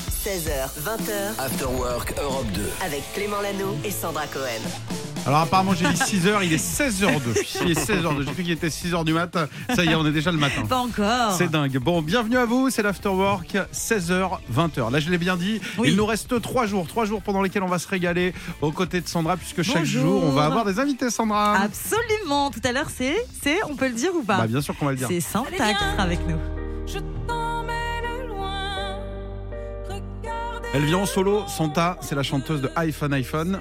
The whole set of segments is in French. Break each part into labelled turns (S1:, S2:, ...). S1: 16h, 20h,
S2: After Work Europe 2.
S1: avec Clément Lano et Sandra Cohen.
S3: Alors apparemment j'ai dit 6h, il est 16h02. Il est 16h02. J'ai cru qu'il était 6h du matin. Ça y est, on est déjà le matin.
S4: Pas Eh ben encore.
S3: C'est dingue. Bon, bienvenue à vous, c'est l'Afterwork, 16h, 20h. Là, je l'ai bien dit,
S4: Oui.
S3: il nous reste 3 jours, 3 jours pendant lesquels on va se régaler aux côtés de Sandra, puisque chaque
S4: Bonjour. Ah
S3: jour, on va avoir des invités, Sandra.
S4: Absolument. Tout à l'heure, c'est, c'est, on peut le dire ou pas
S3: Bah, bien sûr qu'on va le dire.
S4: C'est Syntax
S5: Allez, viens.
S4: avec nous.
S5: Je t'emmène loin. Regardez.
S3: Elle vient en solo, Santa, c'est la chanteuse de iPhone iPhone.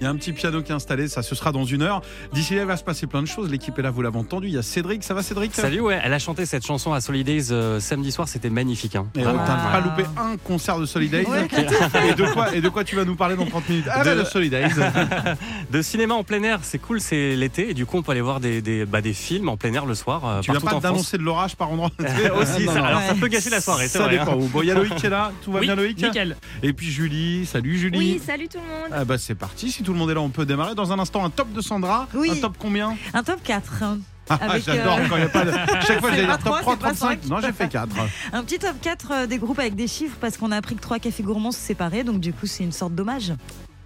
S3: Il y a un petit piano qui est installé, ça ce sera dans une heure. D'ici là, il va se passer plein de choses. L'équipe est là, vous l'avez entendu. Il y a Cédric, ça va Cédric
S6: Salut, ouais, elle a chanté cette chanson à Solidays euh, samedi soir, c'était magnifique. Hein.
S3: Et euh,
S6: Vraiment.
S3: t'as pas loupé un concert de Solidays. et, de quoi, et de quoi tu vas nous parler dans 30 minutes Ah, bah,
S6: De-
S3: de Solidays.
S6: De cinéma en plein air, c'est cool, c'est l'été, et du coup on peut aller voir des, des, bah, des films en plein air le soir. euh,
S3: Tu viens
S6: partout
S3: pas
S6: en France.
S3: d'annoncer de l'orage par endroit
S6: Aussi, ça- alors ça
S4: Ouais.
S6: peut gâcher la soirée, c'est
S3: Ça
S6: vrai. hein.
S3: dépend. Bon, il y a Loïc qui est là. Tout va
S7: Oui,
S3: bien, Loïc
S7: nickel.
S3: Et puis Julie. Salut, Julie.
S8: Oui, salut tout le monde.
S3: Ah bah c'est parti, si tout le monde est là, on peut démarrer. Dans un instant, un top de Sandra.
S4: Oui.
S3: Un top combien
S4: Un top 4. hein.
S3: Ah,
S4: Avec,
S3: J'adore
S4: euh,
S3: quand il n'y a pas de... Chaque fois,
S4: C'est
S3: j'allais
S4: pas
S3: dire top
S4: trois,
S3: 3,
S4: c'est pas
S3: 35.
S4: cinq.
S3: Non, j'ai fait 4.
S4: Un petit top 4 euh, des groupes avec des chiffres parce qu'on a appris que trois cafés gourmands se séparaient, donc du coup, c'est une sorte d'hommage.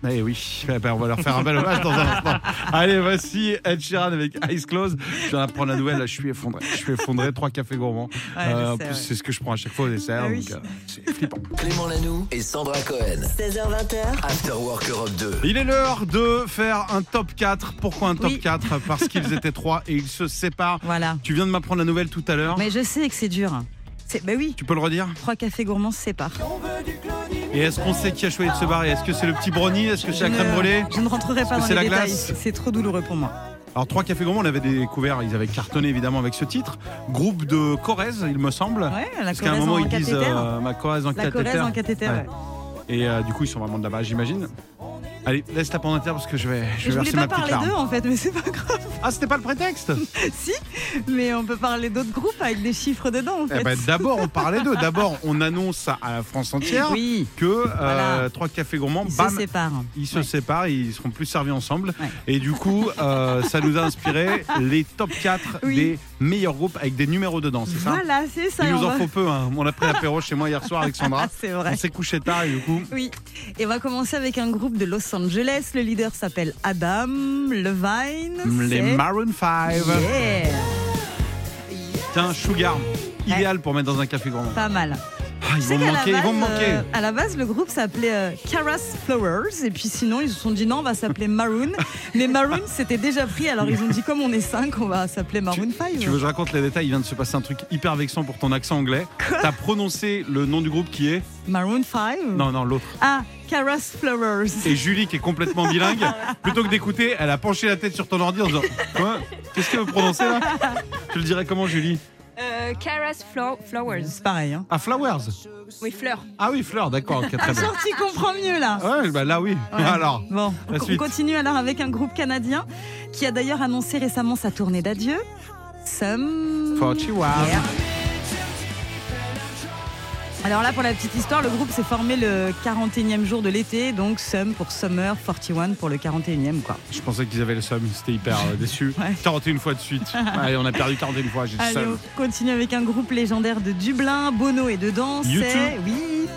S3: Eh oui, Eh ben, on va leur faire un bel hommage dans un instant. Allez, voici Ed Sheeran avec Eyes Closed. Je viens d'apprendre la nouvelle, là, je suis effondré. Je suis effondré, trois cafés gourmands.
S4: Ouais, je
S3: Euh, en
S4: sais,
S3: plus,
S4: ouais.
S3: c'est ce que je prends à chaque fois au dessert.
S4: Ah oui.
S3: donc, euh, c'est flippant.
S2: Clément Lanoux et Sandra Cohen.
S1: 16h, 20h,
S2: After Work Europe 2.
S3: Il est l'heure de faire un top 4. Pourquoi un top
S4: Oui.
S3: 4 Parce qu'ils étaient trois et ils se séparent.
S4: Voilà.
S3: Tu viens de m'apprendre la nouvelle tout à l'heure.
S4: Mais je sais que c'est dur. C'est, bah oui,
S3: Tu peux le redire
S4: trois cafés gourmands se séparent.
S3: Et est-ce qu'on sait qui a choisi de se barrer Est-ce que c'est le petit brownie Est-ce que c'est la crème brûlée
S4: Euh, Je ne rentrerai pas
S3: que
S4: dans
S3: c'est
S4: les
S3: la
S4: détails.
S3: glace
S4: C'est trop douloureux pour moi.
S3: Alors, trois cafés gourmands, on avait découvert, ils avaient cartonné évidemment avec ce titre. Groupe de Corrèze, il me semble.
S4: Ouais, la
S3: Ah. Parce qu'à un
S4: Corrèze
S3: moment,
S4: en
S3: ils disent
S4: cathéter. hein.
S3: euh, ma Corrèze en
S4: La
S3: cathéter.
S4: Corrèze en cathéter.
S3: Ouais.
S4: ouais.
S3: Et euh, du coup, ils sont vraiment de là-bas, j'imagine. Allez, laisse la pendant terre parce que je vais, je
S4: Mais
S3: vais
S4: Je voulais
S3: verser ma
S4: pas
S3: petite larme.
S4: parler d'eux en fait, mais c'est pas grave.
S3: Ah, c'était pas le prétexte
S4: si, mais on peut parler d'autres groupes avec des chiffres dedans en fait.
S3: Eh ben, D'abord, on parlait d'eux. D'abord, on annonce à la France entière
S4: oui,
S3: que euh,
S4: Voilà.
S3: trois cafés gourmands,
S4: ils
S3: bam,
S4: se séparent.
S3: ils se
S4: Ouais.
S3: séparent, ils seront plus servis ensemble.
S4: Ouais.
S3: Et du coup, euh, ça nous a inspiré les top 4
S4: Oui.
S3: des meilleurs groupes avec des numéros dedans, c'est ça
S4: Voilà, c'est ça.
S3: Il
S4: et
S3: nous
S4: on
S3: en
S4: va-
S3: faut peu. hein. On a pris l'apéro chez moi hier soir avec Sandra.
S4: Ah, c'est
S3: On
S4: vrai.
S3: s'est couché tard et du coup,
S4: Oui. Et on va commencer avec un groupe de Los Angeles. Le leader s'appelle Adam Levine.
S3: Mm, les
S4: c'est-
S3: Maroon 5.
S4: Yeah.
S3: Tiens, Sugar, idéal pour mettre dans un café gourmand.
S4: Pas mal.
S3: Ah, ils
S4: Tu sais
S3: vont me
S4: qu'à la
S3: manquer, ils
S4: base,
S3: vont me manquer.
S4: euh, à la base, le groupe s'appelait euh, Caras Flowers. Et puis sinon, ils se sont dit non, on va s'appeler Maroon. Mais Maroon, c'était déjà pris. Alors ils ont dit comme on est 5, on va s'appeler Maroon 5.
S3: Tu veux que je raconte les détails Il vient de se passer un truc hyper vexant pour ton accent anglais. T'as prononcé le nom du groupe qui est
S4: Maroon 5
S3: Non, non, l'autre.
S4: Ah, Caras Flowers.
S3: Et Julie, qui est complètement bilingue, plutôt que d'écouter, elle a penché la tête sur ton ordi en disant Quoi Qu'est-ce qu'elle veut prononcer là Tu le dirais comment, Julie
S8: Euh, Kara's Flo- Flowers.
S4: C'est pareil. Hein.
S3: Ah, Flowers
S8: Oui, fleurs.
S3: Ah oui, Fleur, d'accord, ok, très bien.
S4: Genre, tu comprends mieux là.
S3: Ouais, bah là oui.
S4: Ouais.
S3: Alors,
S4: Bon,
S3: La
S4: on
S3: suite.
S4: continue alors avec un groupe canadien qui a d'ailleurs annoncé récemment sa tournée d'adieu. Some.
S3: Forty One.
S4: Yeah. Alors là, pour la petite histoire, le groupe s'est formé le 41e jour de l'été, donc Sum pour Summer, 41 pour le 41e, quoi.
S3: Je pensais qu'ils avaient le somme, c'était hyper euh, déçu.
S4: Ouais.
S3: 41 fois de suite. Allez, on a perdu 41 fois, j'ai le
S4: Allez,
S3: seum.
S4: on continue avec un groupe légendaire de Dublin. Bono est dedans.
S3: U2.
S4: C'est. Oui.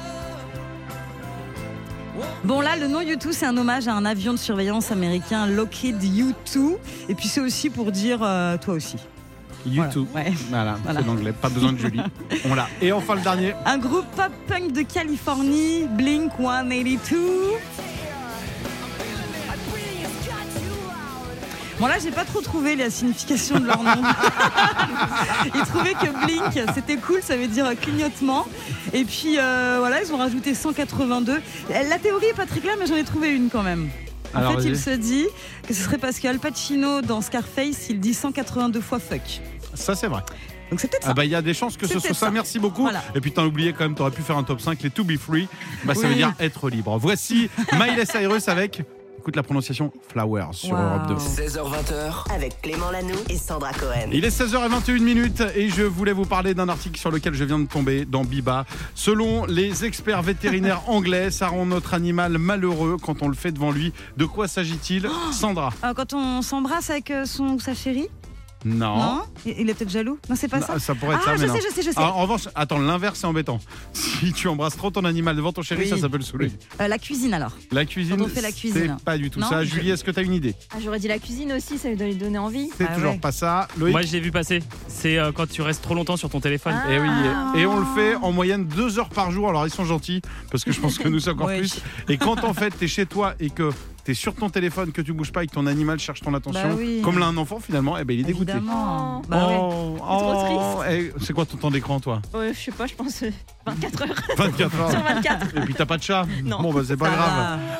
S4: Bon, là, le nom U2, c'est un hommage à un avion de surveillance américain, Lockheed U2. Et puis, c'est aussi pour dire euh, toi aussi.
S3: You
S4: Voilà.
S3: too.
S4: Ouais.
S3: Voilà,
S4: Voilà.
S3: c'est l'anglais, pas besoin de Julie. On l'a. Et enfin le dernier.
S4: Un groupe pop punk de Californie, Blink 182. Bon là j'ai pas trop trouvé la signification de leur nom. ils trouvaient que Blink c'était cool, ça veut dire clignotement. Et puis euh, voilà, ils ont rajouté 182. La théorie est pas très claire mais j'en ai trouvé une quand même. En
S3: Alors,
S4: fait
S3: vas-y.
S4: il se dit que ce serait parce qu'Al Pacino dans Scarface il dit 182 fois fuck.
S3: Ça, c'est vrai.
S4: Donc c'est peut-être ça.
S3: Ah bah il y a des chances que ce
S4: C'est
S3: soit
S4: peut-être
S3: ça.
S4: ça.
S3: Merci beaucoup.
S4: Voilà.
S3: Et puis t'as oublié quand même, t'aurais pu faire un top 5, les To Be Free. Bah ça
S4: Oui.
S3: veut dire être libre. Voici Miley Cyrus avec, écoute la prononciation, Flowers sur
S4: Wow.
S3: Europe 2.
S2: 16h20.
S1: avec Clément Lano et Sandra Cohen.
S3: Il est 16h21 minutes et je voulais vous parler d'un article sur lequel je viens de tomber dans Biba. Selon les experts vétérinaires anglais, ça rend notre animal malheureux quand on le
S4: Oh
S3: fait devant lui. De quoi s'agit-il Sandra.
S4: Euh, quand on s'embrasse avec euh, son ou sa chérie
S3: Non.
S4: Non Il il est peut-être jaloux Non, c'est pas
S3: Non,
S4: ça.
S3: Hein Bah, ça pourrait être
S4: ah,
S3: ça, mais
S4: je
S3: non.
S4: sais, je sais, je sais.
S3: Ah, en revanche, attends, l'inverse c'est embêtant. Si tu embrasses trop ton animal devant ton chéri,
S4: Oui.
S3: ça, ça peut le saouler.
S4: Euh, la cuisine alors.
S3: La cuisine,
S4: Quand on fait la cuisine.
S3: c'est pas du tout
S4: Non,
S3: ça.
S4: je-
S3: Julie, est-ce que t'as une idée
S8: Ah, j'aurais dit la cuisine aussi, ça doit lui donner envie.
S3: C'est
S4: Ah
S3: toujours
S4: ouais.
S3: pas ça. Loïc
S7: Moi, je l'ai vu passer. C'est euh, quand tu restes trop longtemps sur ton téléphone.
S8: Ah.
S3: Eh oui, et on le fait en moyenne deux heures par jour. Alors ils sont gentils parce que je pense que nous sommes encore
S4: Ouais.
S3: plus. Et quand en fait t'es chez toi et que t'es sur ton téléphone, que tu bouges pas et que ton animal cherche ton attention,
S4: Bah oui.
S3: comme là un enfant finalement, eh ben il est dégoûté.
S4: Évidemment.
S8: Oh.
S4: Bah ouais.
S3: Oh,
S8: trop
S3: eh, c'est quoi ton temps d'écran toi
S8: Euh, je sais pas, je pense euh, 24 heures
S3: 24
S8: sur
S3: heures.
S8: 24.
S3: Et puis t'as pas de chat
S8: Non.
S3: Bon bah c'est pas
S4: Ça
S3: grave.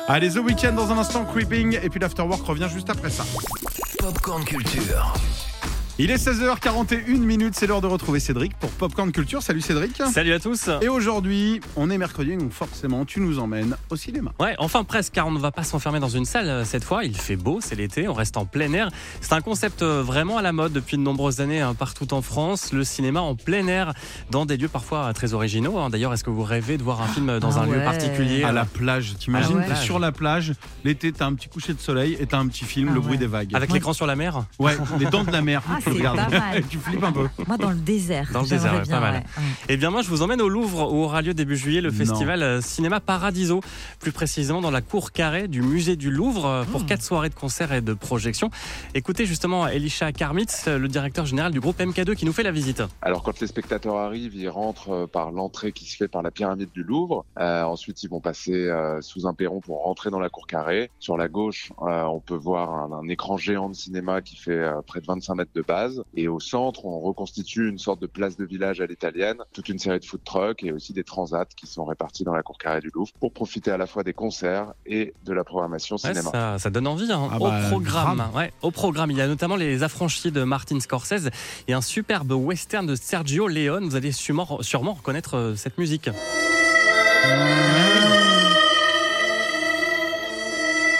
S4: va.
S3: Allez, The Weekend dans un instant, Creeping, et puis l'Afterwork revient juste après ça.
S2: Popcorn Culture.
S3: Il est 16h41 minutes, c'est l'heure de retrouver Cédric pour Popcorn Culture. Salut Cédric
S6: Salut à tous.
S3: Et aujourd'hui, on est mercredi, donc forcément, tu nous emmènes au cinéma.
S6: Ouais, enfin presque, car on ne va pas s'enfermer dans une salle euh, cette fois. Il fait beau, c'est l'été, on reste en plein air. C'est un concept euh, vraiment à la mode depuis de nombreuses années hein, partout en France. Le cinéma en plein air, dans des lieux parfois euh, très originaux. hein. D'ailleurs, est-ce que vous rêvez de voir un film euh, dans
S4: Ah
S6: un lieu
S4: ouais.
S6: particulier
S3: À
S6: euh,
S3: la plage, t'imagines,
S6: Ah ouais.
S3: t'es sur la plage, l'été, t'as un petit coucher de soleil et t'as un petit film,
S4: Ah
S3: le
S4: ouais.
S3: bruit des vagues.
S6: avec l'écran sur la mer
S3: Ouais, les dents de la mer.
S4: Ah,
S3: tu
S4: c'est
S3: regardes.
S4: pas mal.
S3: tu flippes un peu.
S4: Moi, dans le désert.
S6: Dans le
S4: j'aimerais
S6: désert, ouais,
S4: bien,
S6: pas mal.
S4: ouais.
S6: Eh bien, moi, je vous emmène au Louvre où aura lieu début juillet le
S3: Non.
S6: festival euh, Cinéma Paradiso, plus précisément dans la cour carrée du musée du Louvre euh, pour quatre soirées de concerts et de projections. Écoutez justement Elisha Karmitz, euh, le directeur général du groupe MK2, qui nous fait la visite.
S9: Alors quand les spectateurs arrivent, ils rentrent euh, par l'entrée qui se fait par la pyramide du Louvre. Euh, ensuite, ils vont passer euh, sous un perron pour rentrer dans la cour carrée. Sur la gauche, euh, on peut voir un, un écran géant de cinéma qui fait euh, près de 25 mètres de base. Et au centre, on reconstitue une sorte de place de village à l'italienne, toute une série de food trucks et aussi des transats qui sont répartis dans la cour carrée du Louvre pour profiter à la fois des concerts et de la programmation
S6: Ouais,
S9: cinéma.
S6: ça, ça donne envie. hein.
S3: Ah
S6: au
S3: bah,
S6: programme, ouais, au programme, il y a notamment les affranchis de Martin Scorsese et un superbe western de Sergio Leone. Vous allez sûrement, sûrement reconnaître euh, cette musique.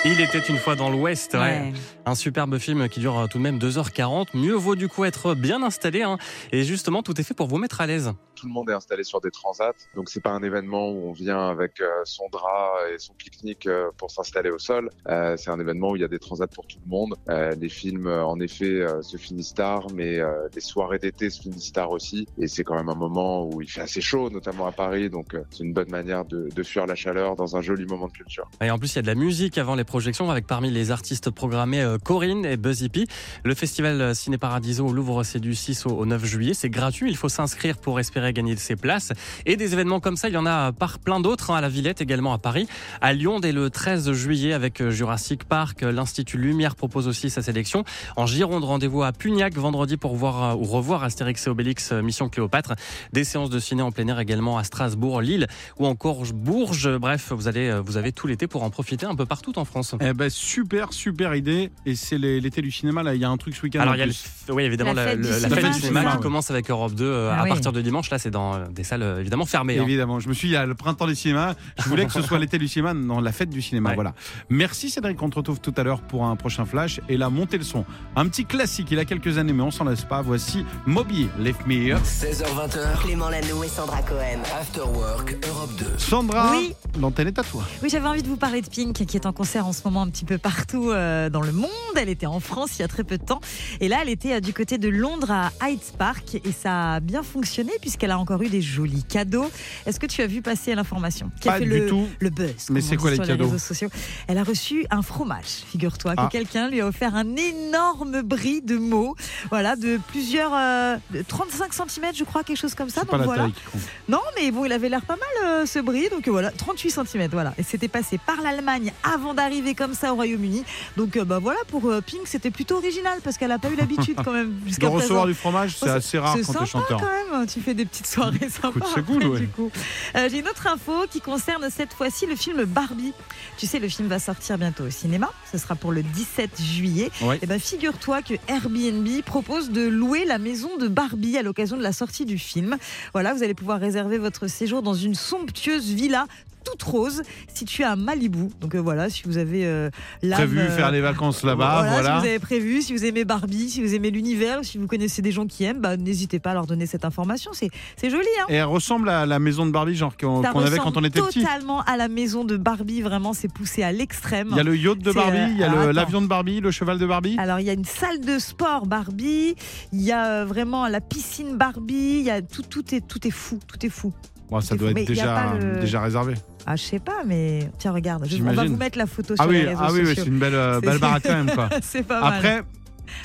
S6: Il était une fois dans l'Ouest. ouais.
S4: Ouais.
S6: Un superbe film qui dure euh, tout de même 2h40. Mieux vaut du coup être bien installé. hein. Et justement, tout est fait pour vous mettre à l'aise.
S9: tout le monde est installé sur des transats. Donc c'est pas un événement où on vient avec euh, son drap et son pique-nique euh, pour s'installer au sol. Euh, c'est un événement où il y a des transats pour tout le monde. Euh, les films, euh, en effet, euh, se finissent tard, mais euh, les soirées d'été se finissent tard aussi. Et c'est quand même un moment où il fait assez chaud, notamment à Paris. Donc euh, c'est une bonne manière de, de fuir la chaleur dans un joli moment de culture.
S6: Et en plus, il y a de la musique avant les projections avec parmi les artistes programmés euh, Corinne et Buzz Hippie. Le festival euh, Ciné Paradiso au Louvre, c'est du 6 au- au 9 juillet. C'est gratuit. Il faut s'inscrire pour espérer gagner ses places. Et des événements comme ça, il y en a par plein d'autres. hein, à la Villette également à Paris. À Lyon, dès le 13 juillet avec euh, Jurassic Park, euh, l'Institut Lumière propose aussi sa sélection. En Gironde, rendez-vous à Pugnac vendredi pour voir euh, ou revoir Astérix et Obélix euh, Mission Cléopâtre. Des séances de ciné en plein air également à Strasbourg, Lille ou encore Bourges. Bref, vous, allez, euh, vous avez tout l'été pour en profiter un peu partout en France.
S3: Eh ben, super, super idée. Et c'est les- l'été du cinéma, là, il y a un truc ce week-end.
S6: Alors
S3: en
S6: il y a le
S3: plus.
S6: f- oui, évidemment
S8: La
S6: la,
S8: fête du
S6: le- la
S8: cinéma,
S6: fête du
S3: c'est
S6: cinéma
S3: ça,
S6: qui
S3: ouais.
S6: commence avec Europe 2 euh,
S4: Ah
S6: à
S4: oui.
S6: partir de dimanche. Là, c'est dans euh, des salles euh, évidemment fermées. hein.
S3: Évidemment, je me suis dit, il y a le printemps des cinémas. Je voulais que ce soit l'été du cinéma, non, la fête du cinéma.
S6: Ouais.
S3: Voilà. Merci Cédric, on te retrouve tout à l'heure pour un prochain flash. Et là, montez le son. Un petit classique, il y a quelques années, mais on s'en lasse pas. Voici Moby, Left Me Up.
S2: 16h20h.
S1: Clément Lanoux et Sandra Cohen.
S2: After Work Europe 2.
S3: Sandra,
S4: Oui.
S3: l'antenne est à toi.
S4: Oui, j'avais envie de vous parler de Pink qui est en concert en ce moment un petit peu partout euh, dans le monde. Elle était en France il y a très peu de temps. Et là, elle était euh, du côté de Londres à Hyde Park et ça a bien fonctionné puisqu'elle a encore eu des jolis cadeaux. Est-ce que tu as vu passer l'information Qui a
S3: Pas
S4: fait
S3: du
S4: le, Ah,
S3: tout.
S4: le buzz
S3: Mais
S4: comme on
S3: c'est quoi
S4: dit
S3: les
S4: sur
S3: cadeaux
S4: réseaux sociaux. Elle a reçu un fromage, figure-toi,
S3: Ah.
S4: que quelqu'un lui a offert un énorme bris de mots. Voilà, de plusieurs. euh, de 35 cm, je crois, quelque chose comme ça.
S3: C'est
S4: Donc
S3: pas la
S4: voilà.
S3: taille qui compte.
S4: Non, mais bon, il avait l'air pas mal euh, ce bris, donc euh, voilà, 38 cm, voilà. Et c'était passé par l'Allemagne avant d'arriver comme ça au Royaume-Uni. Donc euh, bah voilà, pour euh, Pink, c'était plutôt original parce qu'elle n'a pas eu l'habitude quand même
S3: De
S4: jusqu'à
S3: recevoir
S4: présent.
S3: du fromage, c'est
S4: Oh,
S3: assez rare
S4: c'est
S3: quand t'es
S4: sympa,
S3: chanteur.
S4: Quand même, hein, tu fais des petites soirées sympas.
S3: Écoute, c'est cool,
S4: après,
S3: ouais.
S4: du coup. Euh, J'ai une autre info qui concerne cette fois-ci le film Barbie. Tu sais, le film va sortir bientôt au cinéma. Ce sera pour le 17 juillet.
S3: Ouais.
S4: Et ben, figure-toi que Airbnb propose de louer la maison de Barbie à l'occasion de la sortie du film. Voilà, vous allez pouvoir réserver votre séjour dans une somptueuse villa toute rose située à Malibu. Donc euh, voilà, si vous avez euh, l'âme,
S3: Prévu
S4: euh,
S3: faire les vacances là-bas,
S4: voilà,
S3: voilà.
S4: Si vous avez prévu, si vous aimez Barbie, si vous aimez l'univers, si vous connaissez des gens qui aiment, bah, n'hésitez pas à leur donner cette information. C'est c'est joli. Hein
S3: Et elle ressemble à la maison de Barbie, genre qu'on
S4: Ça
S3: qu'on avait
S4: ressemble
S3: quand on était petit.
S4: Totalement à la maison de Barbie, vraiment, c'est poussé à l'extrême.
S3: Il y a le yacht de
S4: C'est,
S3: Barbie,
S4: euh,
S3: il y a
S4: alors,
S3: le-
S4: attends. Ah,
S3: l'avion de Barbie, le cheval de Barbie.
S4: Alors il y a une salle de sport Barbie, il y a euh, vraiment la piscine Barbie, il y a tout, tout est tout est fou, tout est fou.
S3: Bon, Oh, ça
S4: il
S3: doit
S4: faut- mais
S3: être
S4: il y a
S3: déjà,
S4: pas le-
S3: déjà réservé.
S4: Ah je sais pas, mais tiens regarde, je- on va
S3: J'imagine.
S4: vous mettre la photo
S3: Ah
S4: sur
S3: oui,
S4: les réseaux
S3: ah oui, oui, c'est
S4: sociaux.
S3: une belle, euh,
S4: C'est-
S3: belle baraque quand même. Quoi.
S4: c'est pas mal.
S3: Après,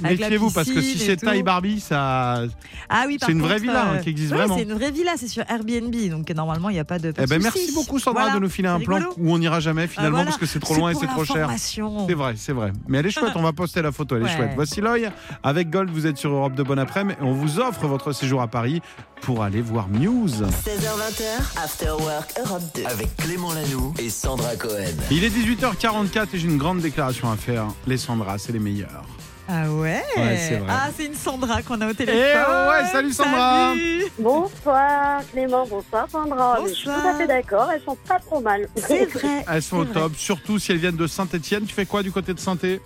S4: Avec la
S3: méfiez-vous parce que si
S4: piscine et
S3: c'est
S4: tout.
S3: taille Barbie, ça,
S4: ah oui, par
S3: c'est une vraie
S4: contre,
S3: villa hein,
S4: euh,
S3: qui existe
S4: ouais,
S3: vraiment.
S4: c'est une vraie villa, c'est sur Airbnb, donc normalement il n'y a pas de. pas
S3: Eh
S4: de
S3: ben,
S4: soucis.
S3: merci beaucoup Sandra
S4: Voilà.
S3: de nous filer un
S4: c'est
S3: plan
S4: rigolo. Bah
S3: où on n'ira jamais finalement
S4: voilà.
S3: parce que c'est trop loin et
S4: pour
S3: c'est trop cher.
S4: l'information.
S3: C'est vrai, c'est vrai. Mais elle est chouette, on va poster la photo, elle est
S4: Ouais.
S3: chouette. Voici l'œil. Avec Gold, vous êtes sur Europe de Bon Après-midi et on vous offre votre séjour à Paris pour aller voir Muse.
S1: 16h20h, After Work Europe 2.
S2: Avec Clément Lanoux et Sandra Cohen.
S3: Il est 18h44 et j'ai une grande déclaration à faire. Les Sandra, c'est les meilleurs.
S4: Ah ouais.
S3: Ouais, c'est vrai.
S4: Ah c'est une Sandra qu'on a au
S3: Eh
S4: téléphone.
S3: ouais, salut Sandra
S4: Salut.
S10: Bonsoir Clément, bonsoir Sandra. Mais Je suis
S4: Bonsoir.
S10: tout à fait d'accord, elles sont pas trop mal.
S4: C'est vrai.
S3: Elles sont
S4: c'est
S3: au
S4: vrai.
S3: top, surtout si elles viennent de Saint-Etienne. Tu fais quoi du côté de saint étienne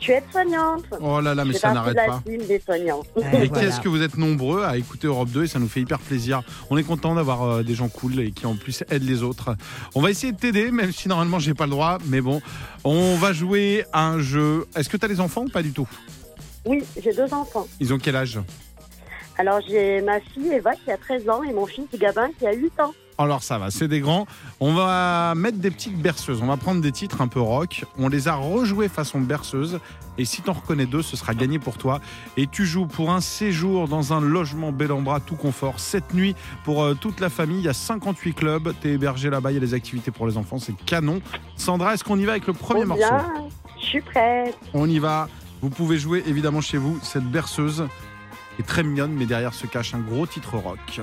S10: tu es soignante.
S3: Oh là là, mais
S10: C'est
S3: ça n'arrête
S10: partie de la
S3: pas.
S10: team des soignants.
S4: Ouais,
S3: Et
S4: Euh, voilà.
S3: qu'est-ce que vous êtes nombreux à écouter Europe 2 et ça nous fait hyper plaisir. On est content d'avoir euh, des gens cool et qui en plus aident les autres. On va essayer de t'aider, même si normalement j'ai pas le droit, mais bon, on va jouer à un jeu. Est-ce que t'as les enfants ou pas du tout
S10: Oui, j'ai deux enfants.
S3: Ils ont quel âge
S10: Alors j'ai ma fille Eva qui a 13 ans et mon fils Gabin qui a 8 ans.
S3: Alors ça va, c'est des grands. On va mettre des petites berceuses. On va prendre des titres un peu rock. On les a rejoués façon berceuse. Et si t'en reconnais deux, ce sera gagné pour toi. Et tu joues pour un séjour dans un logement Bellambra tout confort. Cette nuit, pour euh, toute la famille, il y a 58 clubs. T'es hébergé là-bas, il y a des activités pour les enfants. C'est canon. Sandra, est-ce qu'on y va avec le premier
S10: Bon,
S3: morceau
S10: Eh bien, je suis prête.
S3: On y va. Vous pouvez jouer évidemment chez vous. Cette berceuse est très mignonne, mais derrière se cache un gros titre rock.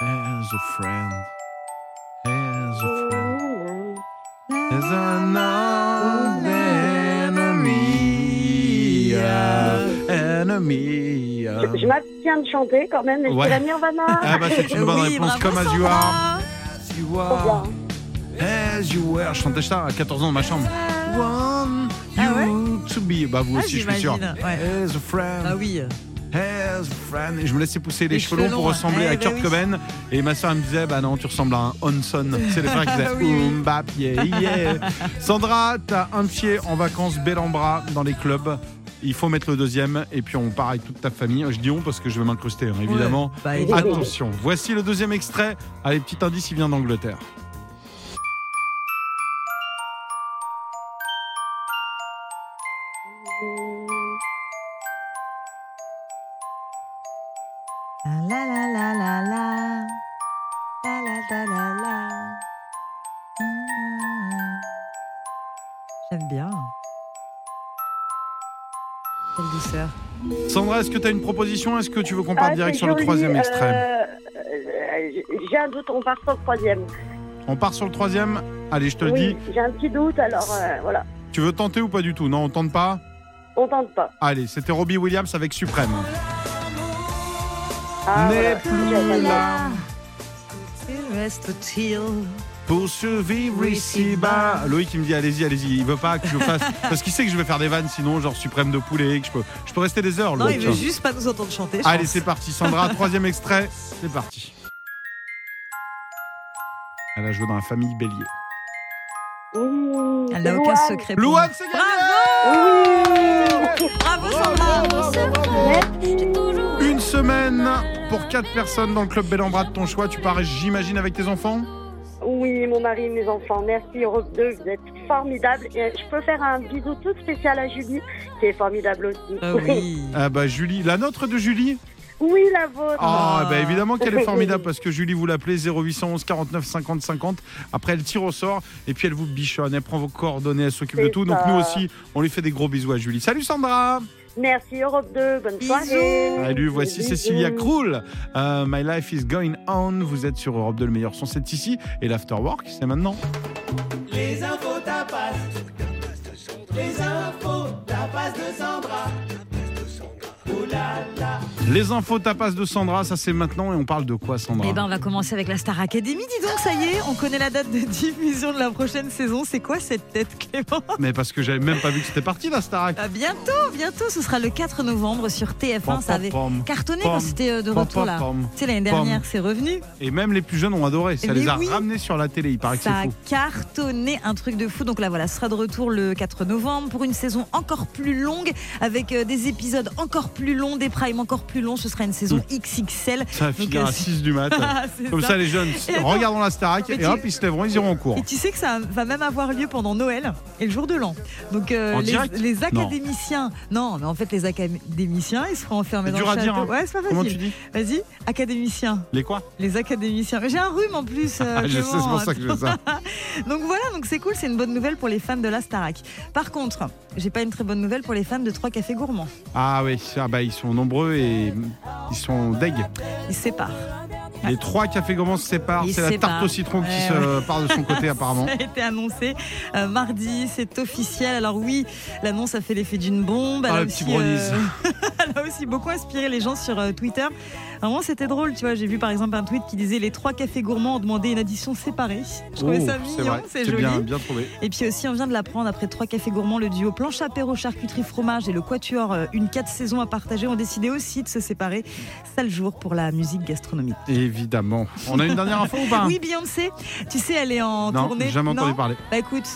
S3: As a friend, as a friend, as an old enemy, enemy.
S10: Je m'abstiens de chanter quand même, mais
S3: Ouais.
S10: c'est la Nirvana.
S3: Ah bah c'est une bonne
S4: Euh, Oui,
S3: réponse
S4: bravo,
S3: comme as you are.
S4: Sandra.
S3: As you are. As you were. Je chantais ça à 14 ans dans ma chambre. One
S4: Ah
S3: you to be. Bah vous
S4: Ah,
S3: aussi je suis sûr.
S4: j'imagine, ouais.
S3: As a friend.
S4: Ah oui.
S3: As a friend. Et je me laissais pousser les,
S4: Les
S3: cheveux
S4: cheveux
S3: longs pour
S4: longs,
S3: ressembler
S4: eh
S3: à
S4: bah
S3: Kurt
S4: oui.
S3: Cobain. Et ma soeur me disait bah non tu ressembles à un Hanson. C'est les frères qui disaient
S4: Ah Oui, oui.
S3: Oum, bap, yeah, yeah. Sandra, t'as un pied en vacances bel en bras dans les clubs. Il faut mettre le deuxième et puis on part avec toute ta famille. Je dis on parce que je vais m'incruster hein, évidemment.
S4: Bah, évidemment.
S3: Attention, voici le deuxième extrait. Allez, petit indice, il vient d'Angleterre.
S4: La la la la la. La la la la la. Mm. J'aime bien. Quelle douceur.
S3: Sandra, est-ce que tu as une proposition Est-ce que tu veux qu'on
S10: Ah,
S3: parte
S10: c'est
S3: direct sur le
S10: joli,
S3: troisième
S10: euh,
S3: extrait
S10: euh, j'ai un doute, on part sur le troisième.
S3: On part sur le troisième Allez, je te le
S10: oui,
S3: dis.
S10: j'ai un petit doute, alors euh, voilà,
S3: Tu veux tenter ou pas du tout Non, on tente pas
S10: on tente pas.
S3: Allez, c'était Robbie Williams avec Suprême.
S10: Ah,
S3: N'est
S10: voilà.
S3: plus là
S4: Il reste chill.
S3: Oh, pour survivre ici bas. Loïc, il me dit allez-y, allez-y. Il veut pas que je fasse. Parce qu'il sait que je vais faire des vannes sinon, genre Suprême de poulet, que je peux, je peux rester des heures.
S4: Non,
S3: Loïc.
S4: il veut juste pas nous entendre chanter. je
S3: Allez,
S4: pense.
S3: c'est parti, Sandra. Troisième extrait, c'est parti. Elle a joué dans la famille Bélier.
S10: Mmh,
S4: Elle n'a aucun
S10: Louane.
S4: secret. pour
S3: Louane, c'est gagné
S10: Oui.
S4: nous. Bravo, Sandra.
S5: J'ai toujours
S3: Une semaine pour quatre personnes dans le club Bellambra de ton choix. Tu pars, j'imagine, avec tes enfants
S10: Oui, mon mari et mes enfants, merci Europe 2, vous êtes formidables. Et euh, je peux faire un bisou tout spécial à Julie, qui est formidable aussi.
S4: Ah oui.
S3: Ah bah Julie, la nôtre de Julie
S10: Oui, la vôtre.
S3: Ah bah évidemment qu'elle est formidable parce que Julie vous l'appelez 0811 49 50 50. Après elle tire au sort et puis elle vous bichonne, elle prend vos coordonnées, elle s'occupe de
S10: C'est
S3: tout. Donc
S10: ça.
S3: nous aussi, on lui fait des gros bisous à Julie. Salut Sandra
S10: Merci Europe 2, bonne
S4: Bisous.
S10: soirée.
S3: Salut, voici
S10: Bisous.
S3: Cécilia Krull. Euh, My life is going on. Vous êtes sur Europe 2, le meilleur son, c'est ici. Et l'afterwork, c'est maintenant.
S11: Les infos tapas. Les infos tapas de Sandra. Ouh là là.
S3: Les infos tapas de Sandra, ça c'est maintenant et on parle de quoi Sandra
S4: Eh ben, on va commencer avec la Star Academy. Dis donc, ça y est, on connaît la date de diffusion de la prochaine saison. C'est quoi cette tête, Clément
S3: Mais parce que j'avais même pas vu que c'était parti la Starac.
S4: Bah, bientôt, bientôt, ce sera le 4 novembre sur TF1.
S3: Pom,
S4: ça avait
S3: pom, pom.
S4: cartonné
S3: Pom,
S4: quand c'était euh, de
S3: pom,
S4: retour
S3: pom,
S4: là.
S3: pom.
S4: Tu sais, l'année
S3: Pom.
S4: dernière, c'est revenu.
S3: Et même les plus jeunes ont adoré. Ça
S4: Mais
S3: les a
S4: oui.
S3: ramenés sur la télé. Il paraît que
S4: Ça a
S3: c'est fou.
S4: cartonné un truc de fou. Donc là, voilà, ce sera de retour le 4 novembre pour une saison encore plus longue, avec euh, des épisodes encore plus longs, des primes encore plus longs. Ce sera une saison XXL.
S3: Ça va finir
S4: Donc,
S3: à
S4: euh,
S3: 6 du mat.
S4: C'est
S3: Comme ça, les jeunes,
S4: Et attends,
S3: regardons la Starac
S4: mais
S3: et
S4: tu-
S3: hop, ils se lèveront, ils iront en cours.
S4: Et tu sais que ça va même avoir lieu pendant Noël et le jour de l'an. Donc euh,
S3: En
S4: les,
S3: direct
S4: les
S3: Non.
S4: académiciens, non. mais en fait les académiciens, ils seront enfermés
S3: C'est
S4: dans
S3: dur
S4: le
S3: à
S4: château.
S3: dire, hein.
S4: Ouais, c'est pas facile.
S3: Comment tu dis
S4: Vas-y, académiciens.
S3: Les quoi
S4: Les académiciens. Mais j'ai un rhume en plus. euh,
S3: Ah, Je sais, c'est
S4: Clément.
S3: pour ça que je fais ça.
S4: donc voilà, donc c'est cool, c'est une bonne nouvelle pour les fans de la Starac. Par contre, j'ai pas une très bonne nouvelle pour les fans de Trois Cafés Gourmands.
S3: Ah oui, ah bah, ils sont nombreux et ils sont deg.
S4: Ils se séparent.
S3: Les trois cafés gourmands se séparent.
S4: Ils
S3: C'est la
S4: se
S3: tarte
S4: séparent.
S3: au citron qui
S4: Ouais,
S3: se
S4: ouais.
S3: part de son côté apparemment.
S4: Ça a été annoncé euh, mardi, c'est officiel. Alors oui, l'annonce a fait l'effet d'une bombe.
S3: Ah,
S4: a euh,
S3: le petit brownies.
S4: elle a aussi beaucoup inspiré les gens sur euh, Twitter. Vraiment, c'était drôle, tu vois. J'ai vu par exemple un tweet qui disait les trois cafés gourmands ont demandé une addition séparée. Je trouvais
S3: Oh,
S4: ça
S3: c'est
S4: mignon,
S3: vrai.
S4: c'est
S3: C'est
S4: joli.
S3: bien, bien trouvé.
S4: Et puis aussi, on vient de l'apprendre, après trois cafés gourmands, le duo planche apéro charcuterie fromage et le quatuor euh, une quatre saisons à partager ont décidé aussi de se séparer. Sale jour pour la musique gastronomique.
S3: Évidemment. On a une dernière info ou pas
S4: Oui, Beyoncé. Tu sais, elle est en
S3: Ah. Non,
S4: tournée.
S3: jamais entendu
S4: Non
S3: parler.
S4: Bah écoute,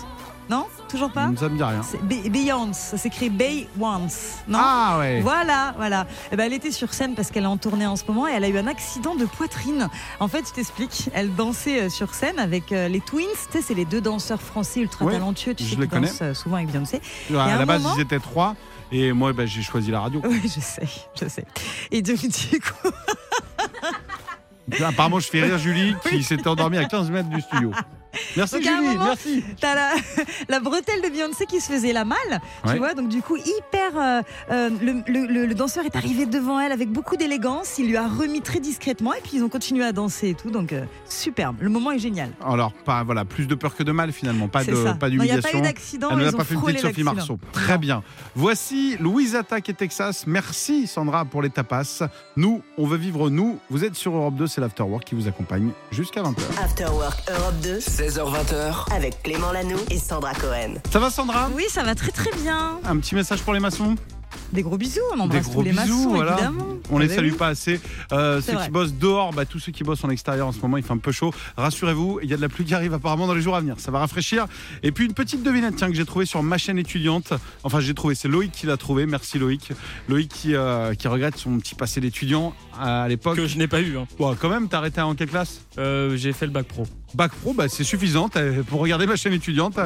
S4: non, toujours pas.
S3: Ça me dit rien.
S4: C'est Be- Beyoncé, ça s'écrit Bay Once. Non
S3: Ah ouais.
S4: Voilà, voilà. Eh ben, elle était sur scène parce qu'elle est en tournée en ce moment et elle a eu un accident de poitrine. En fait, je t'explique, elle dansait euh, sur scène avec euh, les Twins. Tu sais, c'est les deux danseurs français ultra
S3: Ouais,
S4: talentueux. Tu
S3: je
S4: sais,
S3: les
S4: qui dansent,
S3: connais.
S4: euh, souvent avec Beyoncé. Et à
S3: À
S4: un
S3: la base,
S4: moment-
S3: ils étaient trois. Et moi, bah, j'ai choisi la radio.
S4: Oui, je sais, je sais. Et donc, du coup,
S3: Apparemment, je fais rire Julie qui s'était endormie à 15 mètres du studio. Merci
S4: Donc, à un
S3: Julie,
S4: moment,
S3: merci.
S4: T'as la, la bretelle de Beyoncé qui se faisait la malle, tu
S3: Ouais.
S4: vois. Donc du coup, hyper, euh, euh, le, le- le- le danseur est arrivé devant elle avec beaucoup d'élégance. Il lui a remis très discrètement et puis ils ont continué à danser et tout. Donc euh, superbe. Le moment est génial.
S3: Alors, pas, voilà, plus de peur que de mal finalement, pas
S4: C'est
S3: de
S4: ça.
S3: pas
S4: Non, il y a pas
S3: d'humiliation.
S4: eu d'accident,
S3: Elle nous
S4: ils
S3: a
S4: ont
S3: pas fait une
S4: frôlé
S3: petite Sophie
S4: l'accident.
S3: Marceau. Très bien. Voici Louise Attaque et Texas. Merci Sandra pour les tapas. Nous, on veut vivre nous. Vous êtes sur Europe 2, c'est l'Afterwork qui vous accompagne jusqu'à 20h.
S1: After Work Europe 2.
S2: 16h20.
S1: Avec Clément Lano et Sandra Cohen.
S3: Ça va Sandra
S4: Oui, ça va très très bien.
S3: Un petit message pour les maçons
S4: Des gros bisous. On
S3: Des
S4: embrasse
S3: gros
S4: tous les
S3: bisous,
S4: maçons,
S3: voilà.
S4: évidemment.
S3: On les
S4: Ah, bah
S3: salue
S4: oui.
S3: pas assez. Euh,
S4: C'est
S3: ceux
S4: vrai.
S3: qui bossent dehors, bah, tous ceux qui bossent en extérieur en ce moment, il fait un peu chaud. Rassurez-vous, il y a de la pluie qui arrive apparemment dans les jours à venir. Ça va rafraîchir. Et puis une petite devinette tiens, que j'ai trouvée sur ma chaîne étudiante. Enfin, j'ai trouvé, c'est Loïc qui l'a trouvée. Merci Loïc. Loïc qui, euh, qui regrette son petit passé d'étudiant à l'époque.
S7: Que je n'ai pas eu. hein.
S3: Bon, quand même, t'as arrêté en quelle classe
S7: Euh, J'ai fait le bac pro.
S3: Bac pro, bah, c'est suffisant t'as- pour regarder ma chaîne étudiante.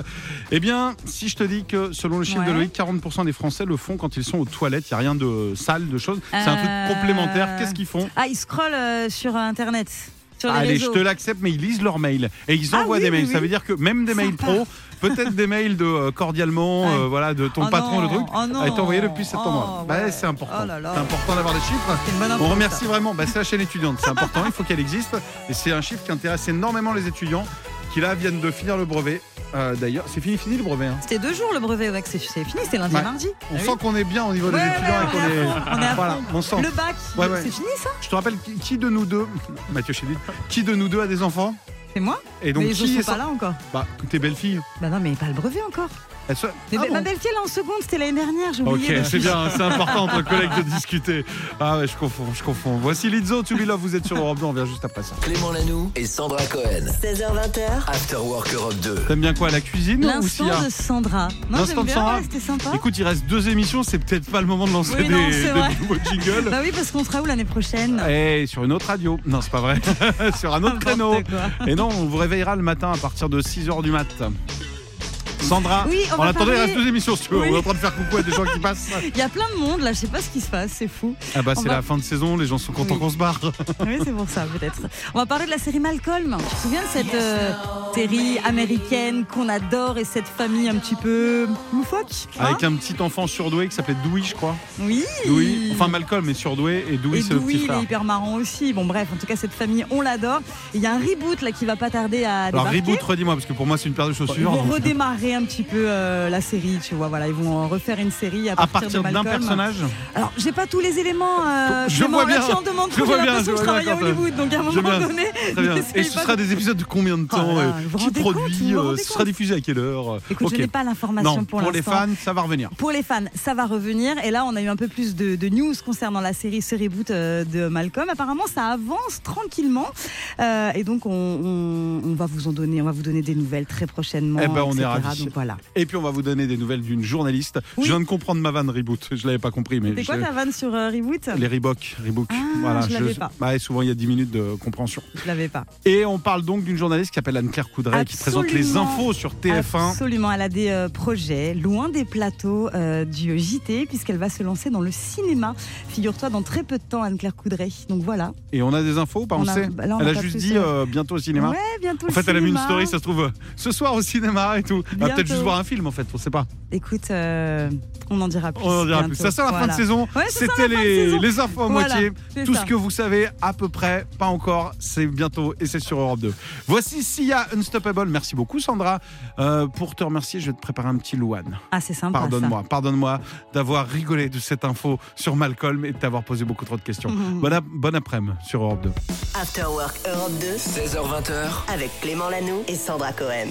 S3: Eh bien, si je te dis que selon le chiffre de
S4: Ouais.
S3: Loïc, 40% des Français le font quand ils sont aux toilettes. Il n'y a rien de sale, de choses. C'est un
S4: Euh,
S3: truc complémentaire. Qu'est-ce qu'ils font
S4: Ah, ils scrollent euh, sur euh, Internet, sur les
S3: Allez,
S4: réseaux.
S3: je te l'accepte, mais ils lisent leurs mails et ils
S4: Ah
S3: envoient
S4: oui,
S3: des
S4: oui,
S3: mails. Ça
S4: oui.
S3: veut dire que même des mails pro, peut-être des mails de euh, cordialement, euh, voilà, de ton
S4: Oh
S3: patron,
S4: non,
S3: le truc,
S4: oh non.
S3: a été envoyé depuis septembre.
S4: Oh,
S3: Bah,
S4: ouais.
S3: c'est important.
S4: Oh là là.
S3: C'est important d'avoir des chiffres.
S4: C'est une bonne info,
S3: On remercie
S4: ça.
S3: vraiment. Bah, c'est la chaîne étudiante, c'est important. il faut qu'elle existe. Et c'est un chiffre qui intéresse énormément les étudiants qui là viennent de finir le brevet. Euh, D'ailleurs, c'est fini, fini le brevet. hein.
S4: C'était deux jours le brevet au bac, c'est c'est fini, c'est lundi
S3: Ouais.
S4: et mardi.
S3: On
S4: Ah oui.
S3: sent qu'on est bien au niveau des
S4: Ouais, ouais,
S3: étudiants et qu'on
S4: on est
S3: est.
S4: à fond, on est à
S3: Voilà,
S4: fond.
S3: on sent.
S4: Le bac,
S3: Ouais, ouais.
S4: c'est fini ça
S3: Je te rappelle qui- qui de nous deux, Mathieu Chédid, qui de nous deux a des enfants
S4: C'est moi
S3: Et donc
S4: Mais
S3: qui
S4: ils sont
S3: est
S4: pas
S3: sans-
S4: là encore.
S3: Bah, tes belles filles.
S4: Bah non, mais pas le brevet encore.
S3: Elles sont-
S4: Mais
S3: Ah
S4: ma-
S3: bon
S4: Ma belle-fille, elle est en seconde, c'était l'année dernière, j'ai
S3: Ok,
S4: oublié.
S3: c'est bien, c'est important entre collègues de discuter. Ah ouais, je confonds, je confonds. Voici Lizzo, To Be Love, vous êtes sur Europe 2, on vient juste après ça.
S2: Clément Lanoux et Sandra Cohen.
S1: 16h20.
S2: After Work Europe 2.
S3: T'aimes bien quoi, la cuisine ou s'il y a-
S4: L'instant de Sandra. Non,
S3: hein. L'instant
S4: j'aime
S3: de
S4: bien,
S3: Sandra
S4: ouais, c'était sympa.
S3: Écoute, il reste deux émissions, c'est peut-être pas le moment de lancer
S4: Oui,
S3: des,
S4: non, c'est
S3: des
S4: vrai.
S3: nouveaux jingles.
S4: Bah oui, parce qu'on sera où l'année prochaine
S3: Et sur une autre radio. Non, c'est pas vrai. sur un autre créneau.
S4: N'importe quoi.
S3: Et non, on vous réveillera le matin à partir de 6h du mat. Sandra,
S4: Oui, on
S3: en
S4: va
S3: attendant, il
S4: parler-
S3: reste deux émissions, si tu veux.
S4: Oui.
S3: On est en train de faire coucou à des gens qui passent.
S4: Il y a plein de monde là, je sais pas ce qui se passe, c'est fou.
S3: Ah bah,
S4: On
S3: c'est
S4: va-
S3: la fin de saison, les gens sont contents
S4: Oui.
S3: qu'on se barre.
S4: Oui, c'est pour ça, peut-être. On va parler de la série Malcolm. Tu te souviens de cette euh, série américaine qu'on adore et cette famille un petit peu loufoque hein
S3: Avec un petit enfant surdoué qui s'appelait Dewey, je crois.
S4: Oui.
S3: Dewey, enfin Malcolm est surdoué et Dewey
S4: et
S3: c'est le
S4: Dewey,
S3: petit
S4: il est
S3: frère.
S4: hyper marrant aussi. Bon, bref, en tout cas, cette famille, on l'adore. Il y a un reboot là qui va pas tarder à
S3: Alors
S4: débarquer.
S3: reboot, redis-moi parce que pour moi c'est une paire de
S4: Ils
S3: chaussures.
S4: vont redémarrer un petit peu euh, la série, tu vois. Voilà, ils vont euh, refaire une série à
S3: À partir
S4: partir, de
S3: d'un
S4: Malcolm.
S3: personnage
S4: Alors, j'ai pas tous les éléments. euh,
S3: Je
S4: Clément,
S3: vois
S4: là,
S3: bien.
S4: tu en demandes
S3: Je
S4: trop,
S3: vois
S4: j'ai
S3: bien,
S4: l'impression
S3: je
S4: que je
S3: vois
S4: travaille
S3: bien,
S4: à Hollywood, donc à un
S3: Très
S4: moment
S3: bien.
S4: donné.
S3: Très bien.
S4: n'essaye
S3: Et ce
S4: pas
S3: sera
S4: de-
S3: des épisodes de combien de temps
S4: là
S3: euh,
S4: là, vous vous
S3: Qui
S4: rendez compte, vous
S3: produit
S4: vous
S3: euh,
S4: rendez
S3: Ce sera
S4: compte
S3: diffusé à quelle heure euh,
S4: Écoute,
S3: Ok.
S4: je n'ai pas l'information
S3: Non,
S4: pour
S3: pour,
S4: l'instant.
S3: les fans, ça va revenir.
S4: Pour les fans, ça va revenir. Et là, on a eu un peu plus de, de news concernant la série, ce reboot euh, de Malcolm. Apparemment, ça avance tranquillement. Euh, et donc, on, on- on va vous en donner, on va vous donner des nouvelles très prochainement.
S3: Eh ben, on est
S4: etc..
S3: ravis.
S4: Donc voilà.
S3: Et puis on va vous donner des nouvelles d'une journaliste.
S4: Oui.
S3: Je viens de comprendre ma vanne reboot. Je l'avais pas compris, mais
S4: C'était
S3: je-
S4: quoi ta vanne sur euh, reboot
S3: les Reebok, Reebok.
S4: je l'avais pas.
S3: Bah, souvent il y a 10 minutes de compréhension.
S4: Je l'avais pas.
S3: Et on parle donc d'une journaliste qui s'appelle Anne-Claire Coudray qui présente les
S4: Absolument.
S3: infos sur TF1.
S4: Absolument, elle a des euh, projets loin des plateaux euh, du JT puisqu'elle va se lancer dans le cinéma. Figure-toi dans très peu de temps Anne-Claire Coudray. Donc voilà.
S3: Et on a des infos ou pas On,
S4: On a-
S3: sait.
S4: bah là, on
S3: elle
S4: a
S3: a
S4: pas
S3: juste
S4: plus,
S3: dit
S4: euh,
S3: euh, bientôt au cinéma.
S4: Ouais, bientôt
S3: en
S4: le
S3: fait, elle a mis une
S4: cinéma.
S3: story, ça se trouve, euh, ce soir au cinéma et tout. Elle va peut-être
S4: Bientôt.
S3: juste voir un film en fait, on sait pas.
S4: Écoute, euh, on en dira plus.
S3: On en dira plus.
S4: bientôt.
S3: Ça sent la fin de
S4: Voilà.
S3: saison.
S4: Ouais, ça sent la
S3: C'était
S4: fin de
S3: les,
S4: saison.
S3: les infos à
S4: Voilà,
S3: moitié.
S4: c'est
S3: Tout
S4: ça.
S3: ce que vous savez, à peu près, pas encore. C'est bientôt et c'est sur Europe 2. Voici Sia Unstoppable. Merci beaucoup, Sandra. Euh, pour te remercier, je vais te préparer un petit Louane.
S4: Ah, c'est sympa. ça.
S3: Pardonne-moi, pardonne-moi d'avoir rigolé de cette info sur Malcolm et de t'avoir posé beaucoup trop de questions.
S1: Mhm.
S3: Bonne, ap- bonne après-midi sur Europe 2.
S1: After Work Europe 2.
S2: 16h20h.
S1: Avec Clément Lanoux et Sandra Cohen.